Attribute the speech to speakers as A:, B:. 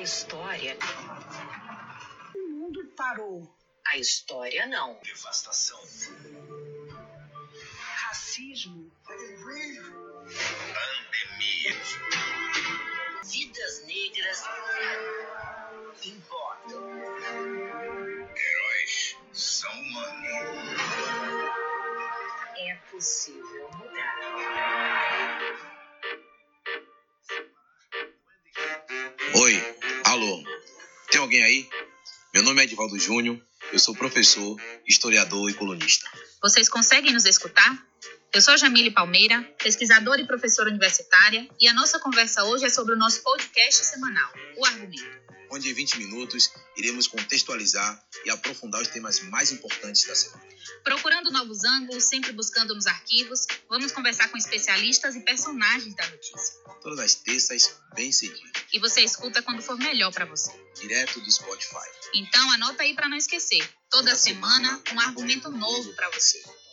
A: história.
B: O mundo parou.
A: A história não.
C: Devastação.
B: Racismo.
C: Pandemia.
A: Vidas negras importam.
C: Heróis são humanos.
A: É possível mudar.
D: Oi, alô, tem alguém aí? Meu nome é Edivaldo Júnior, eu sou professor, historiador e colunista.
E: Vocês conseguem nos escutar? Eu sou Jamile Palmeira, pesquisadora e professora universitária, e a nossa conversa hoje é sobre o nosso podcast semanal, O Argumento.
D: Onde em 20 minutos iremos contextualizar e aprofundar os temas mais importantes da semana.
E: Procurando novos ângulos, sempre buscando nos arquivos, vamos conversar com especialistas e personagens da notícia.
D: Todas as terças, bem cedinho,
E: E você escuta quando for melhor para você.
D: direto do Spotify.
E: Então anota aí para não esquecer. Toda semana, um argumento novo para você.